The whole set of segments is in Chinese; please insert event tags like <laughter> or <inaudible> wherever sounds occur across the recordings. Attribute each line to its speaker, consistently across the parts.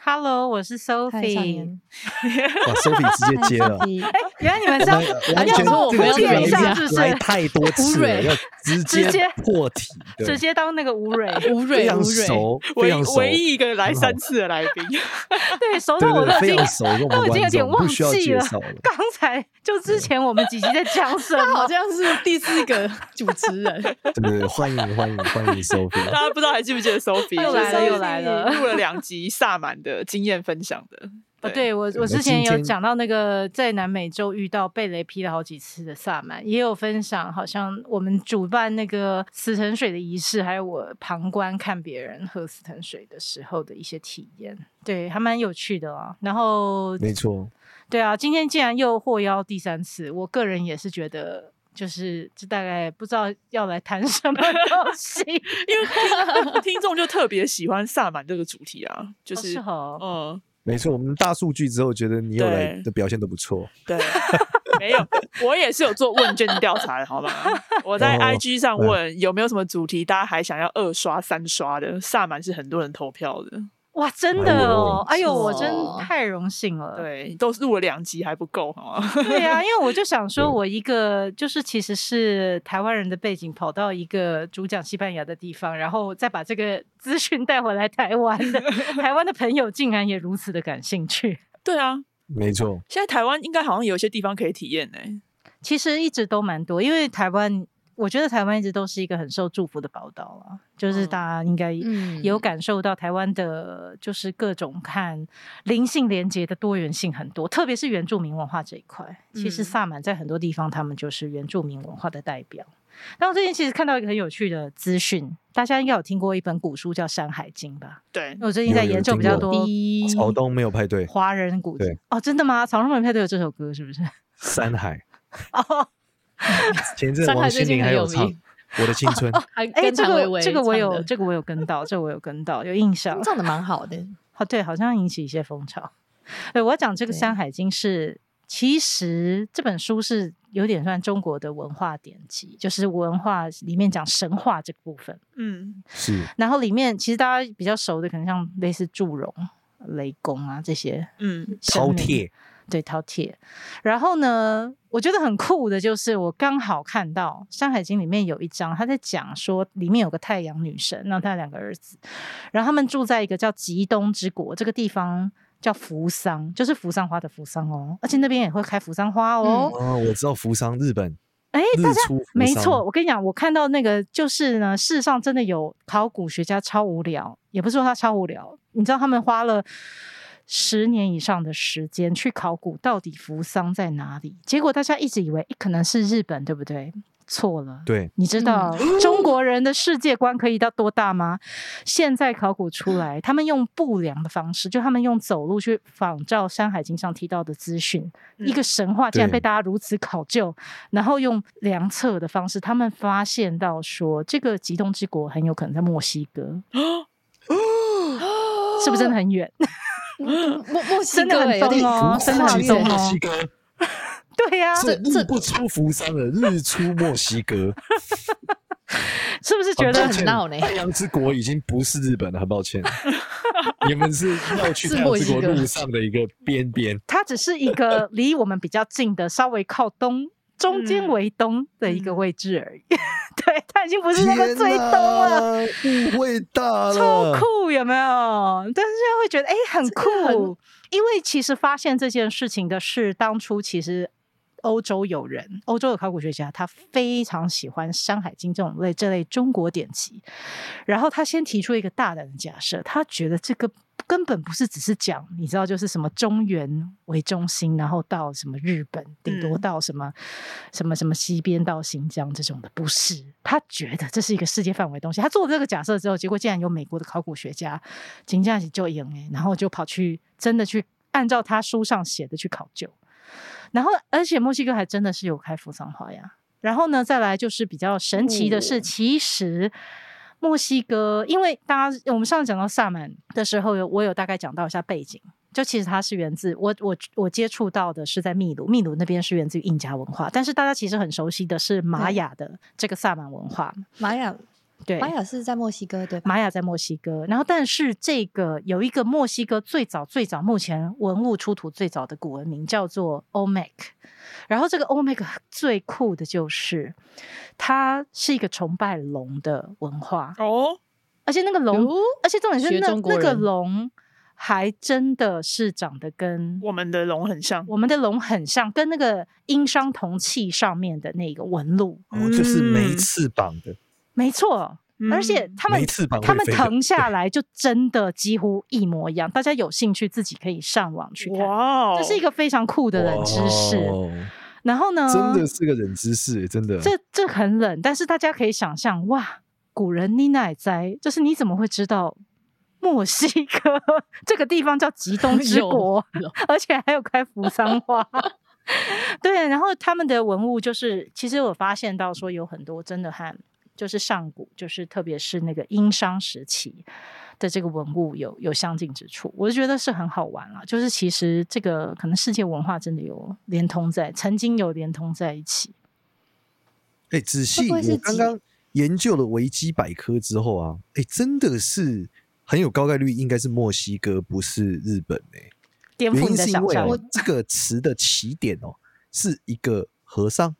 Speaker 1: Hello，我是
Speaker 2: 嗨，少
Speaker 1: Sophie。
Speaker 2: 年，
Speaker 3: 哇，Sophie 直接接
Speaker 1: <laughs>
Speaker 3: 了
Speaker 2: 嗨，Sophie
Speaker 4: 哎
Speaker 1: 原哎来你们是要
Speaker 3: 完完全
Speaker 1: 想说我
Speaker 3: 这个
Speaker 1: 们要
Speaker 3: 这个
Speaker 1: 练一
Speaker 3: 已
Speaker 1: 下
Speaker 3: 经
Speaker 1: 是不是
Speaker 3: 来太多次了，要直
Speaker 1: 直接
Speaker 3: 接破题，对
Speaker 1: 直接当那个吴蕊，
Speaker 5: 吴
Speaker 3: 非
Speaker 5: 蕊，
Speaker 3: 常
Speaker 5: 吴蕊，
Speaker 3: 熟，非
Speaker 5: 唯
Speaker 3: 常熟，
Speaker 5: 唯一一个来
Speaker 3: 很好
Speaker 5: 三次的来宾。
Speaker 1: 对，熟
Speaker 3: 对
Speaker 1: 到我
Speaker 3: 对
Speaker 1: 都
Speaker 3: 对，
Speaker 1: 已
Speaker 3: 非
Speaker 1: 经
Speaker 3: 常熟，跟我
Speaker 1: 都
Speaker 3: 们
Speaker 1: 已经有
Speaker 3: 观
Speaker 1: 点
Speaker 3: 众
Speaker 1: 忘
Speaker 3: 不需要
Speaker 1: 记
Speaker 3: 介
Speaker 1: 了
Speaker 3: 绍了。
Speaker 1: <laughs> 刚才就之前我们几集在讲什
Speaker 5: 他
Speaker 2: <laughs>
Speaker 5: 好
Speaker 1: 么？
Speaker 5: 像是第四个主持 <laughs> 人，
Speaker 3: 对对对，欢迎欢迎欢迎 Sophie。
Speaker 5: 大
Speaker 1: <laughs>
Speaker 5: 家不知道还记不记得 Sophie？
Speaker 1: 又来了
Speaker 5: 就是
Speaker 1: 又来了
Speaker 5: 录了两集萨满的经验分享的。
Speaker 1: 哦，对我我之
Speaker 3: 今
Speaker 1: 前有
Speaker 3: 天
Speaker 1: 讲到那个在南美洲遇到被雷劈了好几次的萨满，也有分享，好像我们主办那个死藤水的仪式，还有我旁观看别人喝死藤水的时候的一些体验，对，还蛮有趣的啊。然后
Speaker 3: 没错，
Speaker 1: 对啊，今天竟然又获邀第三次，我个人也是觉得，就是这大概不知道要来
Speaker 5: <laughs>
Speaker 1: 谈什么东西，
Speaker 5: 因为听 <laughs> 听众就特别喜欢萨满这个主题啊，就
Speaker 1: 哦
Speaker 5: 是
Speaker 1: 是哦，
Speaker 5: 嗯，
Speaker 3: 没错，我们大数据之后觉得你有来
Speaker 5: 对
Speaker 3: 的表现都不错，
Speaker 5: 对， <laughs> 没有，我也是有做问卷调查的，好
Speaker 6: <laughs>
Speaker 5: 吗？我在
Speaker 3: 哦
Speaker 5: IG 上问有没有什么主题大家还想要二刷、三刷的，萨满是很多人投票的，
Speaker 1: 哇，真的哦，
Speaker 3: 哎
Speaker 1: 哎
Speaker 4: 呦
Speaker 1: 呦，我真
Speaker 4: 是哦
Speaker 1: 太荣幸了，。
Speaker 5: 对，都录了两集还不够，好吗？ <laughs>
Speaker 1: 对啊呀、因为我就想说，
Speaker 3: 对
Speaker 1: 我一个就是其实是台湾人的背景，跑到一个主讲西班牙的地方，然后再把这个资讯带回来台湾的， <laughs> 台湾的朋友竟然也如此的感兴趣。
Speaker 5: 对啊，
Speaker 3: 没错，
Speaker 5: 现在台湾应该好像有一些地方可以体验呢、
Speaker 1: 其实一直都蛮多，因为台湾，我觉得台湾一直都是一个很受祝福的宝岛啊，就是
Speaker 5: 嗯
Speaker 1: 大家应该
Speaker 4: 嗯
Speaker 1: 有感受到台湾的，就是各种看灵性连接的多元性很多，特别是原住民文化这一块。其实
Speaker 5: 嗯
Speaker 1: 萨满在很多地方，他们就是原住民文化的代表。但我最近其实看到一个很有趣的资讯，大家应该有听过一本古书叫《山海经》吧？
Speaker 5: 对
Speaker 1: 因，为我最近在
Speaker 3: 有有
Speaker 1: 研究
Speaker 3: 听
Speaker 1: 比较
Speaker 3: 过
Speaker 1: 多
Speaker 4: 一
Speaker 3: 草东没有派对，
Speaker 1: 华人古
Speaker 3: 对
Speaker 1: 哦，真的吗？草东门派对有这首歌是不是？
Speaker 3: 山海，
Speaker 1: 哦，
Speaker 3: 前一阵
Speaker 4: 山海
Speaker 3: 王
Speaker 4: 最
Speaker 3: 心
Speaker 4: 近
Speaker 3: 凌
Speaker 4: 很
Speaker 3: 还有
Speaker 4: 有
Speaker 3: 唱
Speaker 4: 名
Speaker 3: 《我的青
Speaker 1: <laughs>
Speaker 3: 春》，
Speaker 4: 还
Speaker 1: 哎，
Speaker 4: 跟
Speaker 1: 这
Speaker 4: 谭维
Speaker 1: 个
Speaker 4: 维
Speaker 1: 这个我有，
Speaker 4: 唱的
Speaker 1: 这个我有跟到，这个我有跟到，有印象。
Speaker 4: 唱的蛮好的，
Speaker 1: 好，对，好像引起一些风潮。对我要讲这个《
Speaker 4: 对
Speaker 1: 山海经》是，其实这本书是有点算中国的文化典籍，就是文化里面讲神话这个部分。
Speaker 5: 嗯，
Speaker 3: 是
Speaker 1: 然后里面其实大家比较熟的，可能像类似祝融、雷公啊这些
Speaker 5: 嗯，
Speaker 1: 神
Speaker 3: 饕
Speaker 1: 明
Speaker 3: 餮，
Speaker 1: 对饕餮。然后呢，我觉得很酷的就是，我刚好看到《山海经》里面有一章，他在讲说里面有个太阳女神，然后她有两个儿子，然后他们住在一个叫极东之国这个地方。叫扶桑，就是扶桑花的扶桑哦，而且那边也会开扶桑花哦。
Speaker 3: 哦，我知道扶桑日本，
Speaker 1: 哎、
Speaker 3: 日
Speaker 1: 大家
Speaker 3: 嗯出扶桑，
Speaker 1: 没错，，我跟你讲，我看到那个就是呢，世上真的有考古学家超无聊，也不是说他超无聊，你知道他们花了十年以上的时间去考古到底扶桑在哪里，结果大家一直以为诶可能是日本，对不对？错了。
Speaker 3: 对，
Speaker 1: 你知道、中国人的世界观可以到多大吗？现在考古出来，他们用不良的方式，就他们用走路去仿照《山海经》上提到的资讯，一个神话竟然
Speaker 3: 对
Speaker 1: 被大家如此考究，然后用量测的方式，他们发现到说，这个极东之国很有可能在墨西哥，是不是真的很远？ <laughs>
Speaker 4: 墨 <laughs> 墨西
Speaker 1: 真的
Speaker 4: 哥
Speaker 1: 很
Speaker 4: 欸有
Speaker 1: 疯
Speaker 4: 点
Speaker 1: 哦
Speaker 3: 扶
Speaker 1: 真的
Speaker 3: 桑
Speaker 1: 很
Speaker 3: 其实
Speaker 1: 疯
Speaker 3: 墨
Speaker 1: 哦
Speaker 3: 西。哥
Speaker 1: 对呀、
Speaker 3: 是日不出扶桑的，日出墨西哥。
Speaker 1: 是不是 <laughs> 觉
Speaker 4: 这
Speaker 1: 得
Speaker 3: 抱
Speaker 4: 很
Speaker 3: 歉
Speaker 4: 闹呢
Speaker 3: 太阳之国已经不是日本了，很抱
Speaker 1: <laughs>
Speaker 3: 歉，你们是要去
Speaker 4: 是
Speaker 3: 太阳之
Speaker 4: 墨
Speaker 3: 国
Speaker 4: 西哥
Speaker 3: 路上的一个边边。
Speaker 1: 它只是一个
Speaker 5: <laughs>
Speaker 1: 离我们比较近的，稍微靠东，中间
Speaker 5: 嗯
Speaker 1: 为东的一个
Speaker 5: 嗯
Speaker 1: 位置而已。 <laughs> 对，它已经不是那个最东了。
Speaker 3: 天哪，误会大
Speaker 1: 超
Speaker 3: 了。
Speaker 1: 酷，有没有？但是会觉得哎、很
Speaker 4: 个很
Speaker 1: 酷，因为其实发现这件事情的是当初其实欧洲有人，欧洲的考古学家，他非常喜欢《山海经》这种类这类中国典籍，然后他先提出一个大胆的假设，他觉得这个。根本不是只是讲，你知道，就是什么中原为中心，然后到什么日本，顶多
Speaker 5: 嗯
Speaker 1: 到什么、什么什么西边到新疆这种的，不是。他觉得这是一个世界范围的东西。他做了这个假设之后，结果竟然有美国的考古学家金佳喜就赢哎，然后就跑去真的去按照他书上写的去考究。然后，而且墨西哥还真的是有开扶桑花呀，然后呢，再来就是比较神奇的是，其实墨西哥，因为大家我们上次讲到萨满的时候，有我有大概讲到一下背景，就其实它是源自我我我接触到的是在秘鲁，秘鲁那边是源自于印加文化，但是大家其实很熟悉的是玛雅的这个萨满文化，
Speaker 4: 玛雅，
Speaker 1: 对，
Speaker 4: 玛雅是在墨西哥对吧？
Speaker 1: 玛雅在墨西哥，然后但是这个有一个墨西哥最早最早目前文物出土最早的古文明叫做 Olmec，然后这个 Olmec 最酷的就是它是一个崇拜龙的文化，
Speaker 5: 哦，
Speaker 1: 而且那个龙，而且重点是
Speaker 6: 学
Speaker 1: 那
Speaker 6: 中国
Speaker 1: 那个
Speaker 6: 人
Speaker 1: 龙还真的是长得跟
Speaker 5: 我们的龙很像，
Speaker 1: 我们的龙很像，跟那个殷商铜器上面的那个纹路，
Speaker 3: 哦，就是没
Speaker 5: 嗯
Speaker 3: 翅膀的，
Speaker 1: 没错，而且他们
Speaker 3: 没翅膀会
Speaker 1: 他们
Speaker 3: 飞的
Speaker 1: 腾下来就真的几乎一模一样。大家有兴趣自己可以上网去看，
Speaker 5: 哇哦，
Speaker 1: 这是一个非常酷的冷知识。
Speaker 3: 哇哦
Speaker 1: 然后呢，
Speaker 3: 真的是个冷知识，真的。
Speaker 1: 这这很冷，但是大家可以想象，哇，古人你奶哉，就是你怎么会知道？墨西哥这个地方叫极东之国
Speaker 6: 有有，
Speaker 1: <laughs> 而且还有开扶桑花。 <laughs> 对，然后他们的文物就是，其实我发现到说有很多真的和就是上古，就是特别是那个殷商时期的这个文物有有相近之处，我就觉得是很好玩啦。就是其实这个可能世界文化真的有连通在，曾经有连通在一起。
Speaker 3: 哎、仔细
Speaker 4: 不会是
Speaker 3: 我刚
Speaker 4: 鸡
Speaker 3: 刚研究了维基百科之后啊，哎、真的是很有高概率应该是墨西哥，不是日本哎、
Speaker 1: 颠
Speaker 3: 原
Speaker 1: 覆
Speaker 3: 因
Speaker 1: 你的
Speaker 3: 是因
Speaker 1: 想
Speaker 3: 为
Speaker 1: 象，
Speaker 3: 哦，这个词的起点哦，是一个和尚。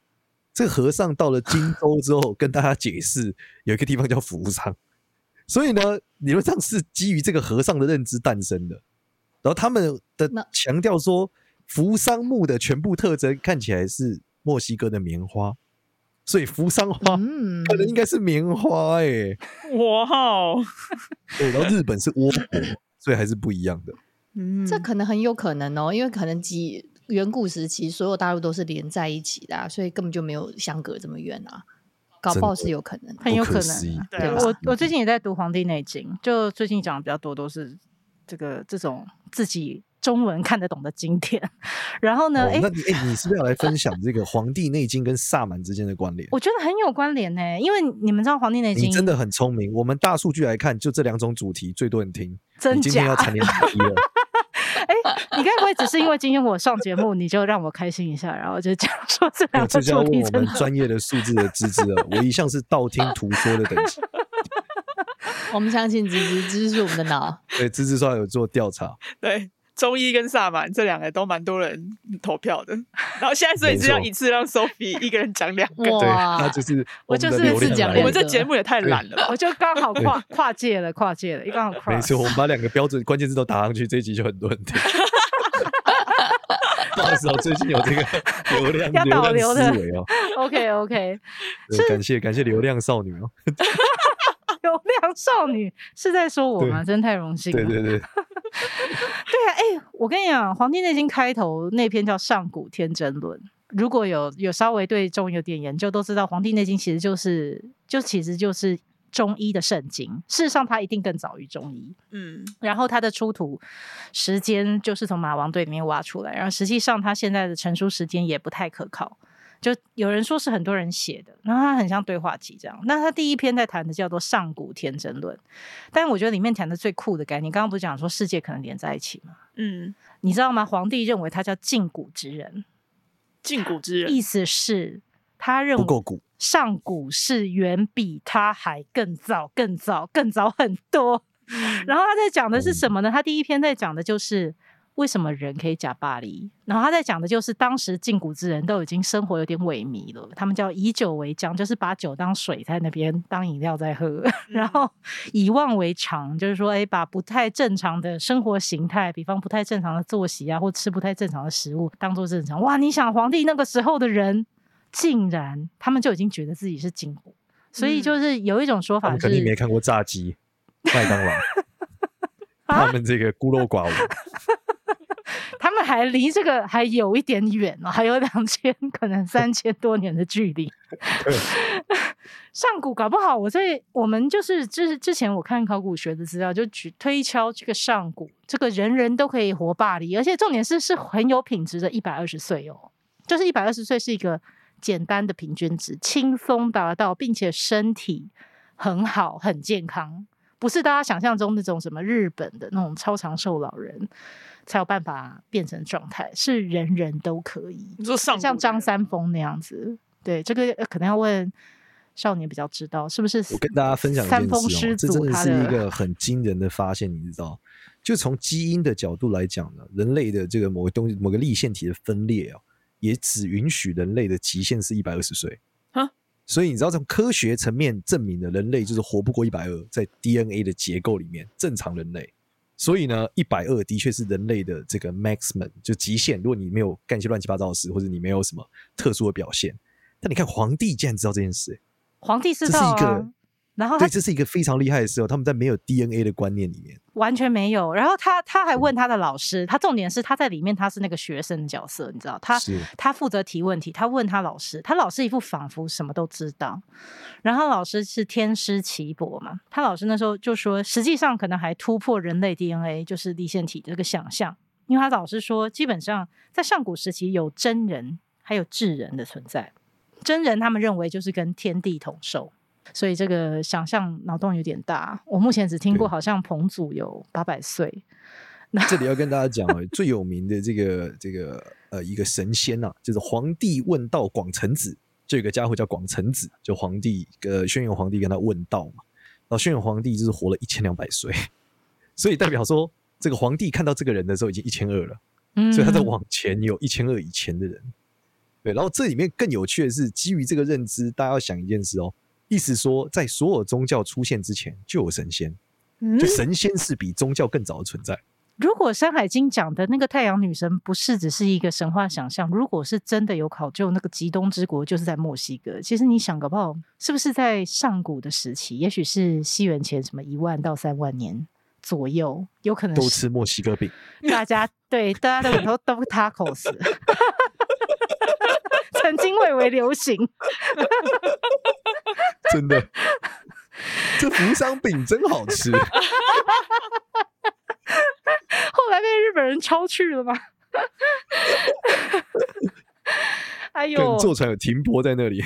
Speaker 3: 这个和尚到了荆州之后，跟大家解释有一个地方叫扶桑，所以呢，理论上是基于这个和尚的认知诞生的。然后他们的
Speaker 4: 那
Speaker 3: 强调说，扶桑木的全部特征看起来是墨西哥的棉花，所以扶桑花 <laughs>
Speaker 4: 嗯，
Speaker 3: 可能应该是棉花哎、
Speaker 5: 哇哦，
Speaker 3: 对，然后日本是倭国，所以还是不一样的。
Speaker 5: 嗯，
Speaker 4: 这可能很有可能哦，因为可能几远古时期所有大陆都是连在一起的、啊，所以根本就没有相隔这么远啊，搞不好
Speaker 3: 真的
Speaker 4: 是有可能的。
Speaker 1: 很有
Speaker 3: 不
Speaker 1: 可
Speaker 3: 可
Speaker 1: 能
Speaker 3: 思议嗯
Speaker 1: 啊
Speaker 5: 对
Speaker 1: 对
Speaker 5: 啊
Speaker 1: 我我最近也在读《黄帝内经》，就最近讲的比较多都是这个这种自己中文看得懂的经典。然后呢，
Speaker 3: 哦
Speaker 1: 哎、
Speaker 3: 那你哎、你是不是要来分享这个《黄帝内经》跟萨满之间的关联？
Speaker 1: 我觉得很有关联呢、因为你们知道《黄帝内经
Speaker 3: 你》真的很聪明。我们大数据来看，就这两种主题最多人听。
Speaker 1: 真
Speaker 3: 你今天要
Speaker 1: 假？
Speaker 3: 蝉联第一了，
Speaker 1: 哎、你该不会只是因为今天我上节目，你就让我开心一下，然后就讲说这
Speaker 3: 那
Speaker 1: 两个
Speaker 3: 哎这就要
Speaker 1: 主
Speaker 3: 问
Speaker 1: 题
Speaker 3: 我
Speaker 1: 真
Speaker 3: 们
Speaker 1: 的
Speaker 3: 专业的数字的资质
Speaker 1: <laughs>
Speaker 3: 了。我一向是道听途说的等级，
Speaker 4: 我们相信芝芝，芝芝是我们的脑。
Speaker 3: 对，资质上有做调查。
Speaker 5: 对。中医跟萨满这两个都蛮多人投票
Speaker 1: <laughs>
Speaker 5: 的，然后现在所以
Speaker 3: 没
Speaker 5: 只要
Speaker 3: 错
Speaker 5: 一次让 Sophie 一个人讲两个，
Speaker 3: <laughs> <laughs> 对，
Speaker 4: 哇
Speaker 3: 那就是
Speaker 1: 我
Speaker 3: 们
Speaker 1: 就
Speaker 3: 的
Speaker 1: 是
Speaker 3: 流
Speaker 1: 自
Speaker 3: 量
Speaker 1: 讲
Speaker 3: 来
Speaker 5: 我
Speaker 3: 源
Speaker 5: 们
Speaker 4: 两
Speaker 5: 这
Speaker 4: 个
Speaker 5: 节目也太懒了吧！
Speaker 1: 我就刚好跨跨界了，跨界了，刚好 cross。
Speaker 3: 没错，我们把两个标准关键字都打上去，这一集就很多人听。 <laughs> 不好意思哦，最近有这个流量
Speaker 1: 要导
Speaker 3: 流
Speaker 1: 流
Speaker 3: 量
Speaker 1: 的
Speaker 3: 思维哦，
Speaker 1: OK OK，
Speaker 3: 对感谢感谢流量少女哦，
Speaker 1: 流量少女是在说我吗？真太荣幸了。
Speaker 3: 对对对，
Speaker 1: 对啊，哎、我跟你讲，《黄帝内经》开头那篇叫《上古天真论》，如果有有稍微对中医有点研究，都知道《黄帝内经》其实就是就其实就是中医的圣经。事实上，它一定更早于中医。
Speaker 5: 嗯，
Speaker 1: 然后它的出土时间就是从马王堆里面挖出来，然后实际上它现在的成书时间也不太可靠。就有人说是很多人写的，然后它很像对话集这样。那它第一篇在谈的叫做《上古天真论》，但我觉得里面谈的最酷的概念，刚刚不是讲说世界可能连在一起吗？
Speaker 5: 嗯，
Speaker 1: 你知道吗？皇帝认为他叫胫骨之人，
Speaker 5: 胫骨之人
Speaker 1: 意思是他认
Speaker 3: 不
Speaker 1: 为
Speaker 3: 够鼓。
Speaker 1: 上古是远比他还更早、更早、更早很多。
Speaker 3: 嗯
Speaker 1: <laughs> 然后他在讲的是什么呢？他第一篇在讲的就是为什么人可以假巴黎，然后他在讲的就是当时胫骨之人都已经生活有点萎靡了，他们叫以酒为浆，就是把酒当水在那边当饮料在喝， <laughs> 然后以忘为常，就是说，哎，把不太正常的生活形态，比方不太正常的作息啊，或吃不太正常的食物，当做正常。哇，你想皇帝那个时候的人，竟然他们就已经觉得自己是胫骨。所以就是有一种说
Speaker 3: 嗯他
Speaker 1: 法
Speaker 3: 们
Speaker 1: 是，
Speaker 3: 肯定没看过炸鸡、麦
Speaker 1: <laughs>
Speaker 3: 当劳，他们这个孤陋寡闻。
Speaker 1: 他们还离这个还有一点远哦，还有两千可能三千多年的距离。上古搞不好，我在我们就是就是之前我看考古学的资料，就举推敲这个上古，这个人人都可以活霸里，而且重点是是很有品质的，一百二十岁哦，就是一百二十岁是一个简单的平均值，轻松达到，并且身体很好、很健康，不是大家想象中那种什么日本的那种超长寿老人才有办法变成状态，是人人都可以。
Speaker 5: 你说上
Speaker 1: 像
Speaker 5: 古的
Speaker 1: 张
Speaker 5: 人
Speaker 1: 三
Speaker 5: 吗
Speaker 1: 丰那样子。对，这个呃可能要问少年比较知道，是不是？
Speaker 3: 我跟大家分享一
Speaker 1: 三
Speaker 3: 件
Speaker 1: 丰
Speaker 3: 事
Speaker 1: 师
Speaker 3: 哦，这真
Speaker 1: 祖
Speaker 3: 的
Speaker 1: 他
Speaker 3: 是
Speaker 1: 的
Speaker 3: 一个很惊人的发现，你知道？就从基因的角度来讲呢，人类的这个某个东西、某个立腺体的分裂哦，也只允许人类的极限是一百二十岁
Speaker 5: 啊。
Speaker 3: 所以你知道，从科学层面证明了人类就是活不过一百二，在 DNA 的结构里面，正常人类。所以呢，一百二的确是人类的这个 maximum 就极限。如果你没有干一些乱七八糟的事，或者你没有什么特殊的表现，但你看皇帝竟然知道这件事、欸
Speaker 1: 皇帝知
Speaker 3: 这是
Speaker 1: 道
Speaker 3: 一
Speaker 1: 啊
Speaker 3: 个，
Speaker 1: 然后他
Speaker 3: 对，这是一个非常厉害的事哦。他们在没有 DNA 的观念里面，
Speaker 1: 完全没有。然后他他还问他的老师，他重点是他在里面他是那个学生的角色，你知道，他
Speaker 3: 是
Speaker 1: 他负责提问题，他问他老师，他老师一副仿佛什么都知道。然后老师是天师岐伯嘛，他老师那时候就说，实际上可能还突破人类 DNA 就是立腺体的这个想象，因为他老师说，基本上在上古时期有真人还有智人的存在，真人他们认为就是跟天地同寿。所以这个想象脑洞有点大，我目前只听过
Speaker 3: 对
Speaker 1: 好像彭祖有八百岁，
Speaker 3: 这里要跟大家讲哦，最有名的这个这个呃一个神仙呐、啊，就是皇帝问道广成子，就有个家伙叫广成子，就皇帝呃轩辕皇帝跟他问道嘛，然后轩辕皇帝就是活了一千两百岁，所以代表说这个皇帝看到这个人的时候已经一千二了。
Speaker 1: 嗯，
Speaker 3: 所以他在往前有一千二以前的人。对，然后这里面更有趣的是，基于这个认知，大家要想一件事哦，意思说，在所有宗教出现之前就有神仙，就
Speaker 1: 嗯
Speaker 5: 嗯
Speaker 3: 神仙是比宗教更早的存在。
Speaker 1: 如果《山海经》讲的那个太阳女神不是只是一个神话想象，如果是真的有考究，那个极东之国就是在墨西哥。其实你想，搞不好是不是在上古的时期，也许是西元前什么一万到三万年左右，有可能
Speaker 3: 都
Speaker 1: 是
Speaker 3: 吃墨西哥饼，
Speaker 1: 大家对大家的骨头都 tacos，曾经蔚为流行。
Speaker 3: 真的，这扶桑饼真好吃。
Speaker 1: 哎后来被日本人抄去了吧？ <laughs> 哎
Speaker 3: 可能
Speaker 1: 呦，
Speaker 3: 坐船有停泊在那里，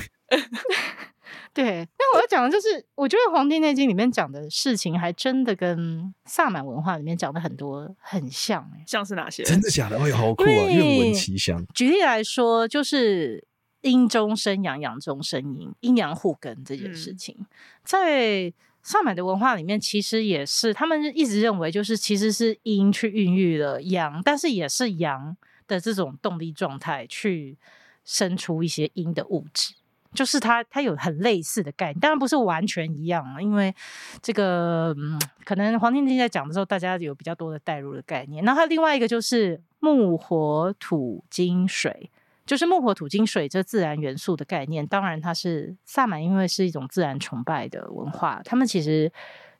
Speaker 1: 对，那我要讲的就是，我觉得《黄帝内经》里面讲的事情，还真的跟萨满文化里面讲的很多很像、欸。
Speaker 5: 像是哪些？
Speaker 3: 真的假的？哎呀，好酷啊！
Speaker 1: 对
Speaker 3: 愿闻其详。
Speaker 1: 举例来说，就是阴中生阳，阳中生阴，阴阳互根这件事
Speaker 5: 嗯
Speaker 1: 情，在萨满的文化里面，其实也是他们一直认为，就是其实是阴去孕育了阳，但是也是阳的这种动力状态去生出一些阴的物质。就是它，它有很类似的概念，当然不是完全一样啊，因为这个嗯，可能黄天帝在讲的时候，大家有比较多的带入的概念。然后还有另外一个就是木、火、土、金、水，就是木、火、土、金、水这自然元素的概念。当然，它是萨满，因为是一种自然崇拜的文化，他们其实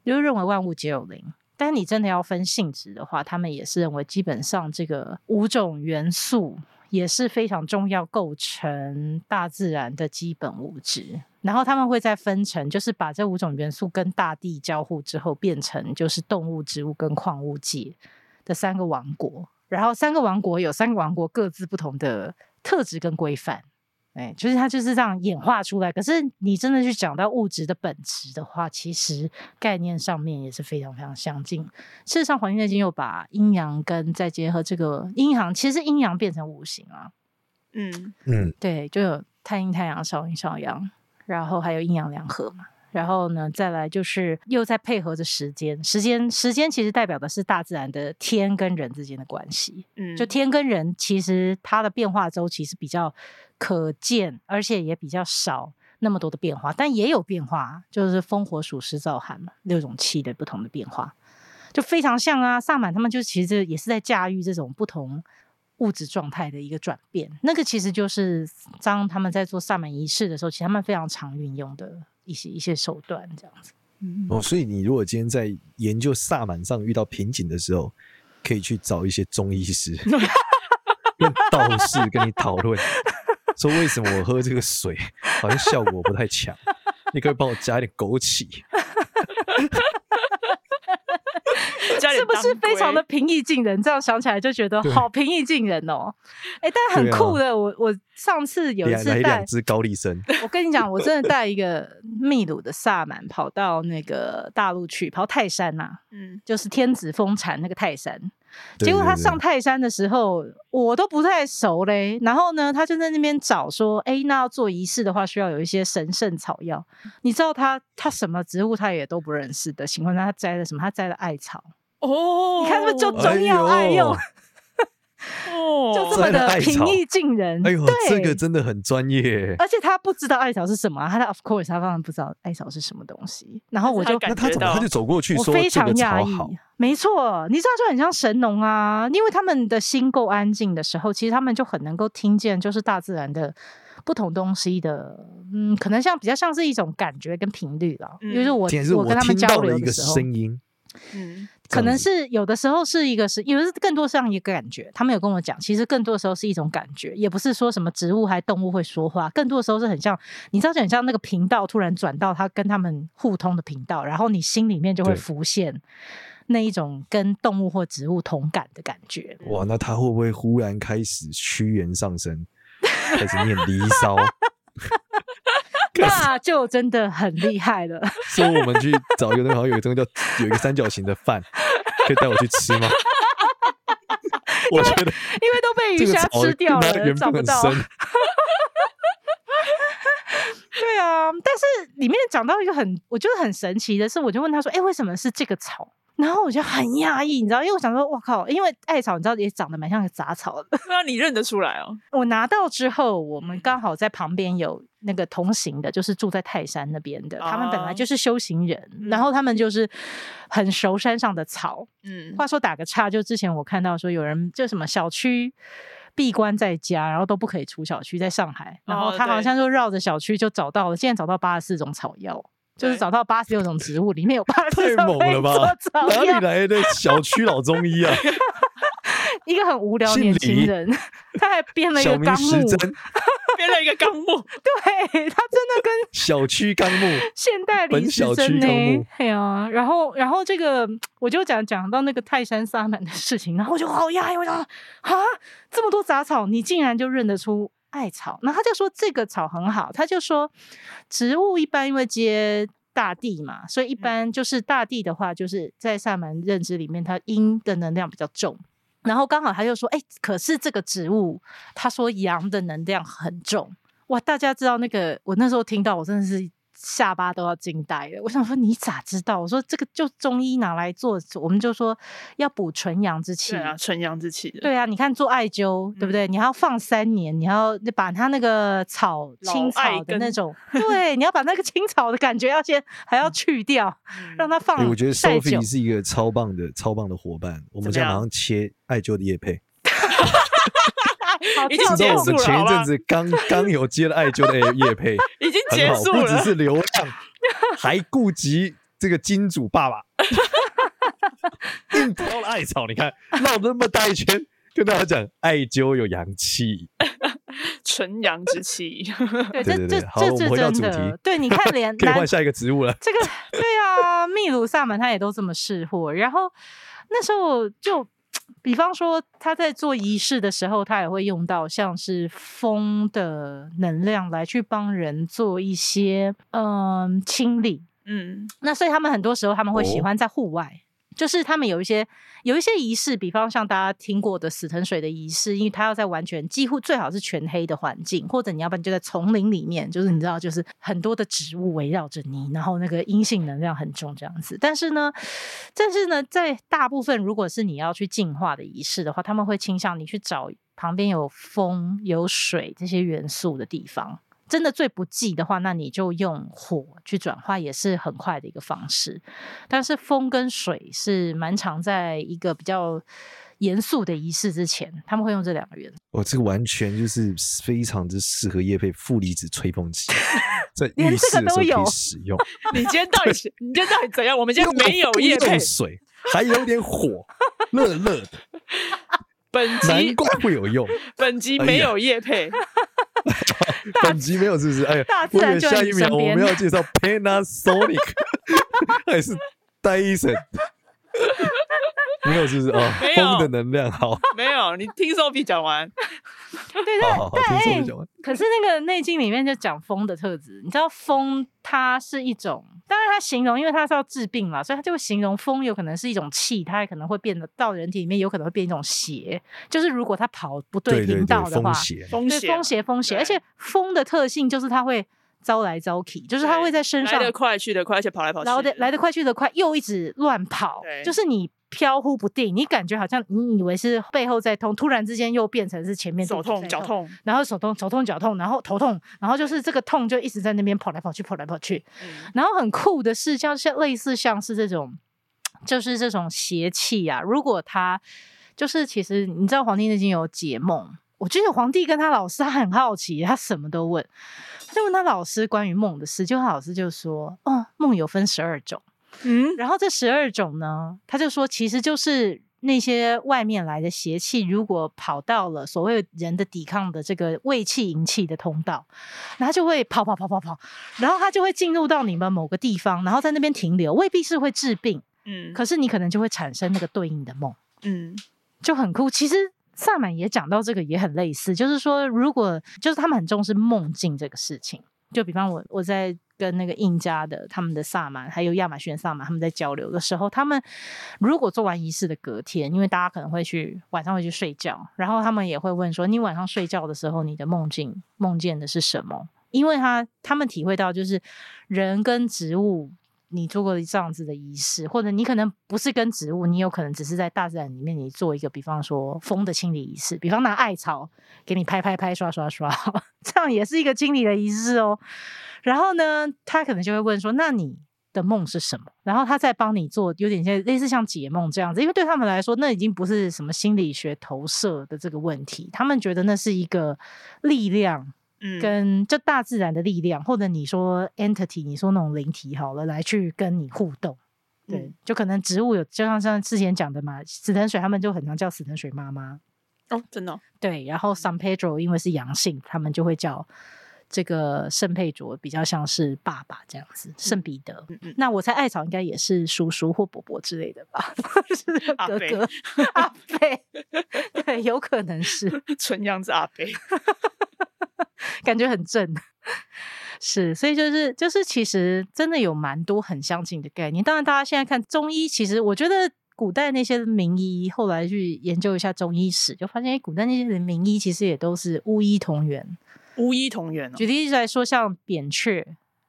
Speaker 1: 就认为万物皆有灵。但你真的要分性质的话，他们也是认为基本上这个五种元素也是非常重要构成大自然的基本物质。然后他们会再分成，就是把这五种元素跟大地交互之后，变成就是动物、植物跟矿物界的三个王国。然后三个王国有三个王国各自不同的特质跟规范，哎，就是它就是这样演化出来。可是你真的去讲到物质的本质的话，其实概念上面也是非常非常相近。事实上，《黄帝内经》又把阴阳跟再结合这个阴阳，其实阴阳变成五行啊，
Speaker 5: 嗯，
Speaker 3: 嗯，
Speaker 1: 对，就有太阴太阳、少阴少阳，然后还有阴阳两合嘛。然后呢，再来就是又在配合着时间，时间时间其实代表的是大自然的天跟人之间的关系。
Speaker 5: 嗯，
Speaker 1: 就天跟人其实它的变化周期是比较可见，而且也比较少那么多的变化，但也有变化，就是风火暑湿燥寒嘛，六种气的不同的变化，就非常像啊。萨满他们就其实也是在驾驭这种不同物质状态的一个转变，那个其实就是当他们在做萨满仪式的时候，其实他们非常常运用的一些一些手段，这样子。嗯，
Speaker 3: 哦，所以你如果今天在研究萨满上遇到瓶颈的时候，可以去找一些中医
Speaker 1: <laughs>
Speaker 3: 师、跟道士跟你讨论，说为什么我喝这个水好像效果不太强，你可不可以帮我加一点枸杞。
Speaker 5: 加点
Speaker 1: 是不是
Speaker 5: 当归
Speaker 1: 非常的平易近人？这样想起来就觉得
Speaker 3: 对
Speaker 1: 好平易近人哦。哎、但很
Speaker 3: 对啊
Speaker 1: 酷的，我我上次有一
Speaker 3: 两
Speaker 1: 次
Speaker 3: 来
Speaker 1: 带
Speaker 3: 两，只高丽参，
Speaker 1: 我跟你讲，我真的带一个秘鲁的萨满跑到那个大陆去，跑泰山呐、
Speaker 5: 嗯，
Speaker 1: 就是天子峰禅那个泰山。
Speaker 3: 对
Speaker 1: 结果他
Speaker 3: 对对
Speaker 1: 上泰山的时候，我都不太熟嘞。然后呢，他就在那边找说，哎，那要做仪式的话，需要有一些神圣草药。你知道他他什么植物他也都不认识的情况下，他摘了什么？他摘了艾草。
Speaker 5: 哦，
Speaker 1: 你看是不是就
Speaker 3: 哎
Speaker 1: 中药爱
Speaker 3: 呦
Speaker 1: 用，
Speaker 5: 哦，
Speaker 1: 就这么
Speaker 3: 摘了
Speaker 1: 的
Speaker 3: 艾
Speaker 1: 平
Speaker 3: 草
Speaker 1: 易近人？
Speaker 3: 哎呦，这
Speaker 1: 对
Speaker 3: 个真的很专业。
Speaker 1: 而且他不知道艾草是什么啊、他的 of course 他当然不知道艾草是什么东西。然后我
Speaker 5: 但是
Speaker 1: 就
Speaker 5: 他
Speaker 3: 那
Speaker 5: 感
Speaker 3: 他
Speaker 5: 觉
Speaker 3: 怎么
Speaker 5: 到
Speaker 3: 他就走过去
Speaker 1: 我
Speaker 3: 说
Speaker 1: 非
Speaker 3: 这
Speaker 1: 常
Speaker 3: 个
Speaker 1: 讶
Speaker 3: 草好
Speaker 1: 异？，没错，你知道就很像神农啊，因为他们的心够安静的时候，其实他们就很能够听见，就是大自然的不同东西的，嗯，可能像比较像是一种感觉跟频率了。
Speaker 5: 嗯
Speaker 1: 比如说我
Speaker 3: 竟然是
Speaker 1: 我跟他
Speaker 3: 听
Speaker 1: 们交
Speaker 3: 到
Speaker 1: 流
Speaker 3: 了一
Speaker 1: 的
Speaker 3: 个
Speaker 1: 时候，
Speaker 3: 声音，
Speaker 5: 嗯，
Speaker 3: 这
Speaker 1: 可
Speaker 3: 样
Speaker 1: 能
Speaker 3: 子
Speaker 1: 是有的时候是一个是，有的是更多像一个感觉。他们有跟我讲，其实更多的时候是一种感觉，也不是说什么植物还动物会说话，更多的时候是很像，你知道，就很像那个频道突然转到他跟他们互通的频道，然后你心里面就会
Speaker 3: 对
Speaker 1: 浮现那一种跟动物或植物同感的感觉。
Speaker 3: 哇，那他会不会忽然开始屈原上身，开始念《离骚》，
Speaker 1: 那就真的很厉害了。 <laughs>
Speaker 3: <laughs> 说我们去找一个那个好像有一个东西叫有一个三角形的饭，可以带我去吃 <laughs> 吗？我觉得
Speaker 1: 因为都被
Speaker 3: 这
Speaker 1: 鱼
Speaker 3: 个
Speaker 1: 虾
Speaker 3: 草
Speaker 1: 吃掉
Speaker 3: 它
Speaker 1: 了，
Speaker 3: 的缘
Speaker 1: 找
Speaker 3: 分
Speaker 1: 不
Speaker 3: 很
Speaker 1: 到。
Speaker 3: 深，
Speaker 1: 对啊，但是里面讲到一个很我觉得很神奇的是，我就问他说：“哎、为什么是这个草？”然后我就很讶异，你知道，因为我想说，我靠，因为艾草你知道也长得蛮像个杂草的。
Speaker 5: 那你认得出来哦？
Speaker 1: 我拿到之后，我们刚好在旁边有那个同行的，就是住在泰山那边的，他们本来
Speaker 5: 啊
Speaker 1: 就是修行人，
Speaker 5: 嗯
Speaker 1: 然后他们就是很熟山上的草，
Speaker 5: 嗯，
Speaker 1: 话说打个岔，就之前我看到说有人就什么小区闭关在家，然后都不可以出小区，在上海，然后
Speaker 5: 哦
Speaker 1: 他好
Speaker 5: 对
Speaker 1: 像就绕着小区就找到了，现在找到八十四种草药。就是
Speaker 5: 对
Speaker 1: 找到八十六种植物，里面有八十
Speaker 3: 太
Speaker 1: 四种
Speaker 3: 猛
Speaker 1: 可以
Speaker 3: 了吧
Speaker 1: 做草
Speaker 3: 哪
Speaker 1: 药
Speaker 3: 里，来的小区老中医 <laughs> 啊？
Speaker 1: 一个很无聊的
Speaker 3: 姓
Speaker 1: 年
Speaker 3: 李
Speaker 1: 轻人， <laughs> 他还编了一
Speaker 3: 小
Speaker 1: 个
Speaker 3: 明
Speaker 1: 纲
Speaker 3: 时
Speaker 1: 目，
Speaker 3: 针，
Speaker 5: 编了一个纲目，
Speaker 1: 对他真的跟
Speaker 3: 小区纲目，
Speaker 1: 现代
Speaker 3: 本
Speaker 1: 李时
Speaker 3: 小区
Speaker 1: 珍呢、
Speaker 3: 纲目
Speaker 1: 哎呀，然后然后这个我就讲讲到那个泰山萨满的事情，然后我就好压抑，我想啊，这么多杂草，你竟然就认得出艾草？那他就说这个草很好，他就说植物一般因为接。大地嘛，所以一般就是大地的话，就是在萨满认知里面，它阴的能量比较重。然后刚好他就说：“哎、可是这个植物，他说阳的能量很重。”哇，大家知道那个，我那时候听到，我真的是下巴都要惊呆了。我想说，你咋知道？我说这个就中医拿来做，我们就说要补纯阳之气。
Speaker 5: 对啊，嗯纯阳之气的，
Speaker 1: 对啊你看做艾灸，对不对？你还要放三年，你还要把它那个草
Speaker 5: 老
Speaker 1: 青
Speaker 5: 艾
Speaker 1: 草的那
Speaker 5: 根
Speaker 1: 种，对，你要把那个青草的感觉要先还要去掉，
Speaker 5: 嗯，
Speaker 1: 让它放
Speaker 3: 哎，我觉得
Speaker 1: 晒久
Speaker 3: Sophie 是一个超棒的、超棒的伙伴。我
Speaker 5: 怎
Speaker 3: 们现
Speaker 5: 么
Speaker 3: 在马
Speaker 5: 样
Speaker 3: 上切艾灸的叶配。
Speaker 1: 好
Speaker 5: 已
Speaker 3: 你
Speaker 5: 经
Speaker 1: 跳
Speaker 3: 知
Speaker 5: 结
Speaker 3: 道我
Speaker 5: 束
Speaker 3: 们
Speaker 5: 了，
Speaker 3: 前
Speaker 5: 好
Speaker 3: 一
Speaker 5: 吧
Speaker 3: 阵，子刚刚有接了艾灸的叶配，
Speaker 5: 已经
Speaker 3: 很
Speaker 5: 结
Speaker 3: 好，
Speaker 5: 束
Speaker 3: 不只
Speaker 5: 了，
Speaker 3: 是流量，
Speaker 1: <laughs>
Speaker 3: 还顾及这个金主爸爸，硬挑了艾草。你看绕那么大一圈，跟大家讲艾灸有阳气，
Speaker 5: 纯阳之 <laughs> 气，
Speaker 1: 对，
Speaker 3: 对
Speaker 1: 这
Speaker 3: 对
Speaker 1: 这
Speaker 3: 对好
Speaker 1: 这
Speaker 3: 我
Speaker 1: 这
Speaker 3: 们回到
Speaker 1: 真
Speaker 3: 主
Speaker 1: 的
Speaker 3: 题，
Speaker 1: 对，你看
Speaker 3: <laughs>
Speaker 1: 连
Speaker 3: 可以
Speaker 1: 男
Speaker 3: 换下一个植物了。
Speaker 1: 这个对啊，秘鲁萨满他也都这么试货。然后那时候就，比方说他在做仪式的时候，他也会用到像是风的能量来去帮人做一些嗯清理。
Speaker 5: 嗯，
Speaker 1: 那所以他们很多时候他们会喜
Speaker 3: 哦
Speaker 1: 欢在户外。就是他们有一些有一些仪式，比方像大家听过的死藤水的仪式，因为它要在完全几乎最好是全黑的环境，或者你要不然就在丛林里面，就是你知道，就是很多的植物围绕着你，然后那个阴性能量很重这样子。但是呢，但是呢，在大部分如果是你要去净化的仪式的话，他们会倾向你去找旁边有风、有水这些元素的地方。真的最不济的话，那你就用火去转化，也是很快的一个方式。但是风跟水是蛮常在一个比较严肃的仪式之前，他们会用这两个元素。
Speaker 3: 哦，这个完全就是非常之适合叶配负离子吹风
Speaker 1: <laughs>
Speaker 3: 机，在
Speaker 1: 连
Speaker 3: 浴
Speaker 1: 这
Speaker 3: 室
Speaker 1: 个
Speaker 3: 的时候可
Speaker 1: 都有
Speaker 3: 以使
Speaker 1: <laughs>
Speaker 3: 用。
Speaker 5: 你今天到底是你今天到底怎样？我们今天没有
Speaker 3: 一
Speaker 5: 夜配
Speaker 3: 用，水，还有点火，热热
Speaker 1: <laughs>
Speaker 3: 的，
Speaker 5: 本
Speaker 3: 难
Speaker 5: 集
Speaker 3: 怪会有用。
Speaker 5: 本集
Speaker 3: 哎
Speaker 5: 没
Speaker 3: 呀
Speaker 5: 有夜配，
Speaker 3: 本集没有是不是？哎呀
Speaker 1: 大，自
Speaker 3: 我以
Speaker 1: 然
Speaker 3: 为
Speaker 1: 就
Speaker 3: 下
Speaker 1: 在
Speaker 3: 一
Speaker 1: 你
Speaker 3: 秒
Speaker 1: 身
Speaker 3: 我
Speaker 1: 边
Speaker 3: 们要介绍 Panasonic 还是 Dyson， <laughs> 没有，是不是？哦
Speaker 5: 没，有
Speaker 3: 风的能量，好，
Speaker 5: 没有，你听 Sophie 讲完，
Speaker 3: 好
Speaker 1: 对但
Speaker 3: 好好，听
Speaker 1: 但哎、
Speaker 3: 说你讲完。
Speaker 1: 可是那个《内经》里面就讲风的特质，你知道风它是一种，当然它形容，因为它是要治病嘛，所以它就会形容风有可能是一种气，它也可能会变得到人体里面有可能会变一种邪，就是如果它跑不
Speaker 3: 对对
Speaker 1: 频道
Speaker 3: 对，
Speaker 1: 的
Speaker 3: 风
Speaker 1: 话，
Speaker 3: 邪，啊
Speaker 5: 风
Speaker 1: 对
Speaker 5: 险，啊
Speaker 1: 风邪风邪，而
Speaker 5: 对
Speaker 1: 且风的特性就是它会招来招去，就是它
Speaker 5: 对
Speaker 1: 会在身上
Speaker 5: 来得快，去得快，而且跑来跑去，
Speaker 1: 然后得来得快去得快，又一直乱跑
Speaker 5: 对，
Speaker 1: 就是你飘忽不定，你感觉好像你以为是背后在痛，突然之间又变成是前面
Speaker 5: 手
Speaker 1: 肚子
Speaker 5: 痛、
Speaker 1: 在
Speaker 5: 脚，痛，
Speaker 1: 然后手痛、手痛、脚痛，然后头痛，然后就是这个痛就一直在那边跑来跑去、跑来跑去。
Speaker 5: 嗯
Speaker 1: 然后很酷的是，像像类似像是这种，就是这种邪气啊，如果他就是其实你知道《黄帝内经》有解梦。我觉得皇帝跟他老师，他很好奇，他什么都问，他就问他老师关于梦的事。就他老师就说：“哦，梦有分十二种。”
Speaker 5: 嗯，
Speaker 1: 然后这十二种呢，他就说其实就是那些外面来的邪气，如果跑到了所谓人的抵抗的这个胃气、营气的通道，然后它就会跑跑跑跑跑，然后它就会进入到你们某个地方，然后在那边停留，未必是会治病，
Speaker 5: 嗯
Speaker 1: 可是你可能就会产生那个对应的梦。
Speaker 5: 嗯，
Speaker 1: 就很酷。其实萨满也讲到这个也很类似，就是说，如果就是他们很重视梦境这个事情。就比方我我在跟那个印加的他们的萨满，还有亚马逊的萨满，他们在交流的时候，他们如果做完仪式的隔天，因为大家可能会去晚上会去睡觉，然后他们也会问说，你晚上睡觉的时候，你的梦境梦见的是什么？因为他他们体会到，就是人跟植物，你做过这样子的仪式，或者你可能不是跟植物，你有可能只是在大自然里面，你做一个，比方说风的清理仪式，比方拿艾草给你拍拍拍、刷刷 <laughs> 刷，这样也是一个清理的仪式哦。然后呢，他可能就会问说：“那你的梦是什么？”然后他再帮你做，有点像类似像解梦这样子，因为对他们来说，那已经不是什么心理学投射的这个问题，他们觉得那是一个力量，
Speaker 5: 嗯
Speaker 1: 跟这大自然的力量，或者你说 entity，你说那种灵体好了，来去跟你互动。对，
Speaker 5: 嗯
Speaker 1: 就可能植物有，就像像之前讲的嘛，死藤水他们就很常叫死藤水妈妈。
Speaker 5: 哦，真的哦，
Speaker 1: 对，然后 San Pedro 因为是阳性，他们就会叫这个圣佩卓比较像是爸爸这样子，圣彼得。
Speaker 5: 嗯嗯
Speaker 1: 那我猜艾草应该也是叔叔或伯伯之类的吧， <laughs> 是
Speaker 5: 阿
Speaker 1: 哥
Speaker 5: 伯
Speaker 1: 哥 <laughs> 阿贝，对，有可能是。
Speaker 5: 纯阳子阿北，
Speaker 1: 感觉很正。 <laughs> 是，所以就是就是，其实真的有蛮多很相近的概念。当然，大家现在看中医，其实我觉得古代那些名医，后来去研究一下中医史，就发现，哎，古代那些人名医其实也都是巫医同源。
Speaker 5: 巫医同源哦，
Speaker 1: 举例来说，像扁鹊，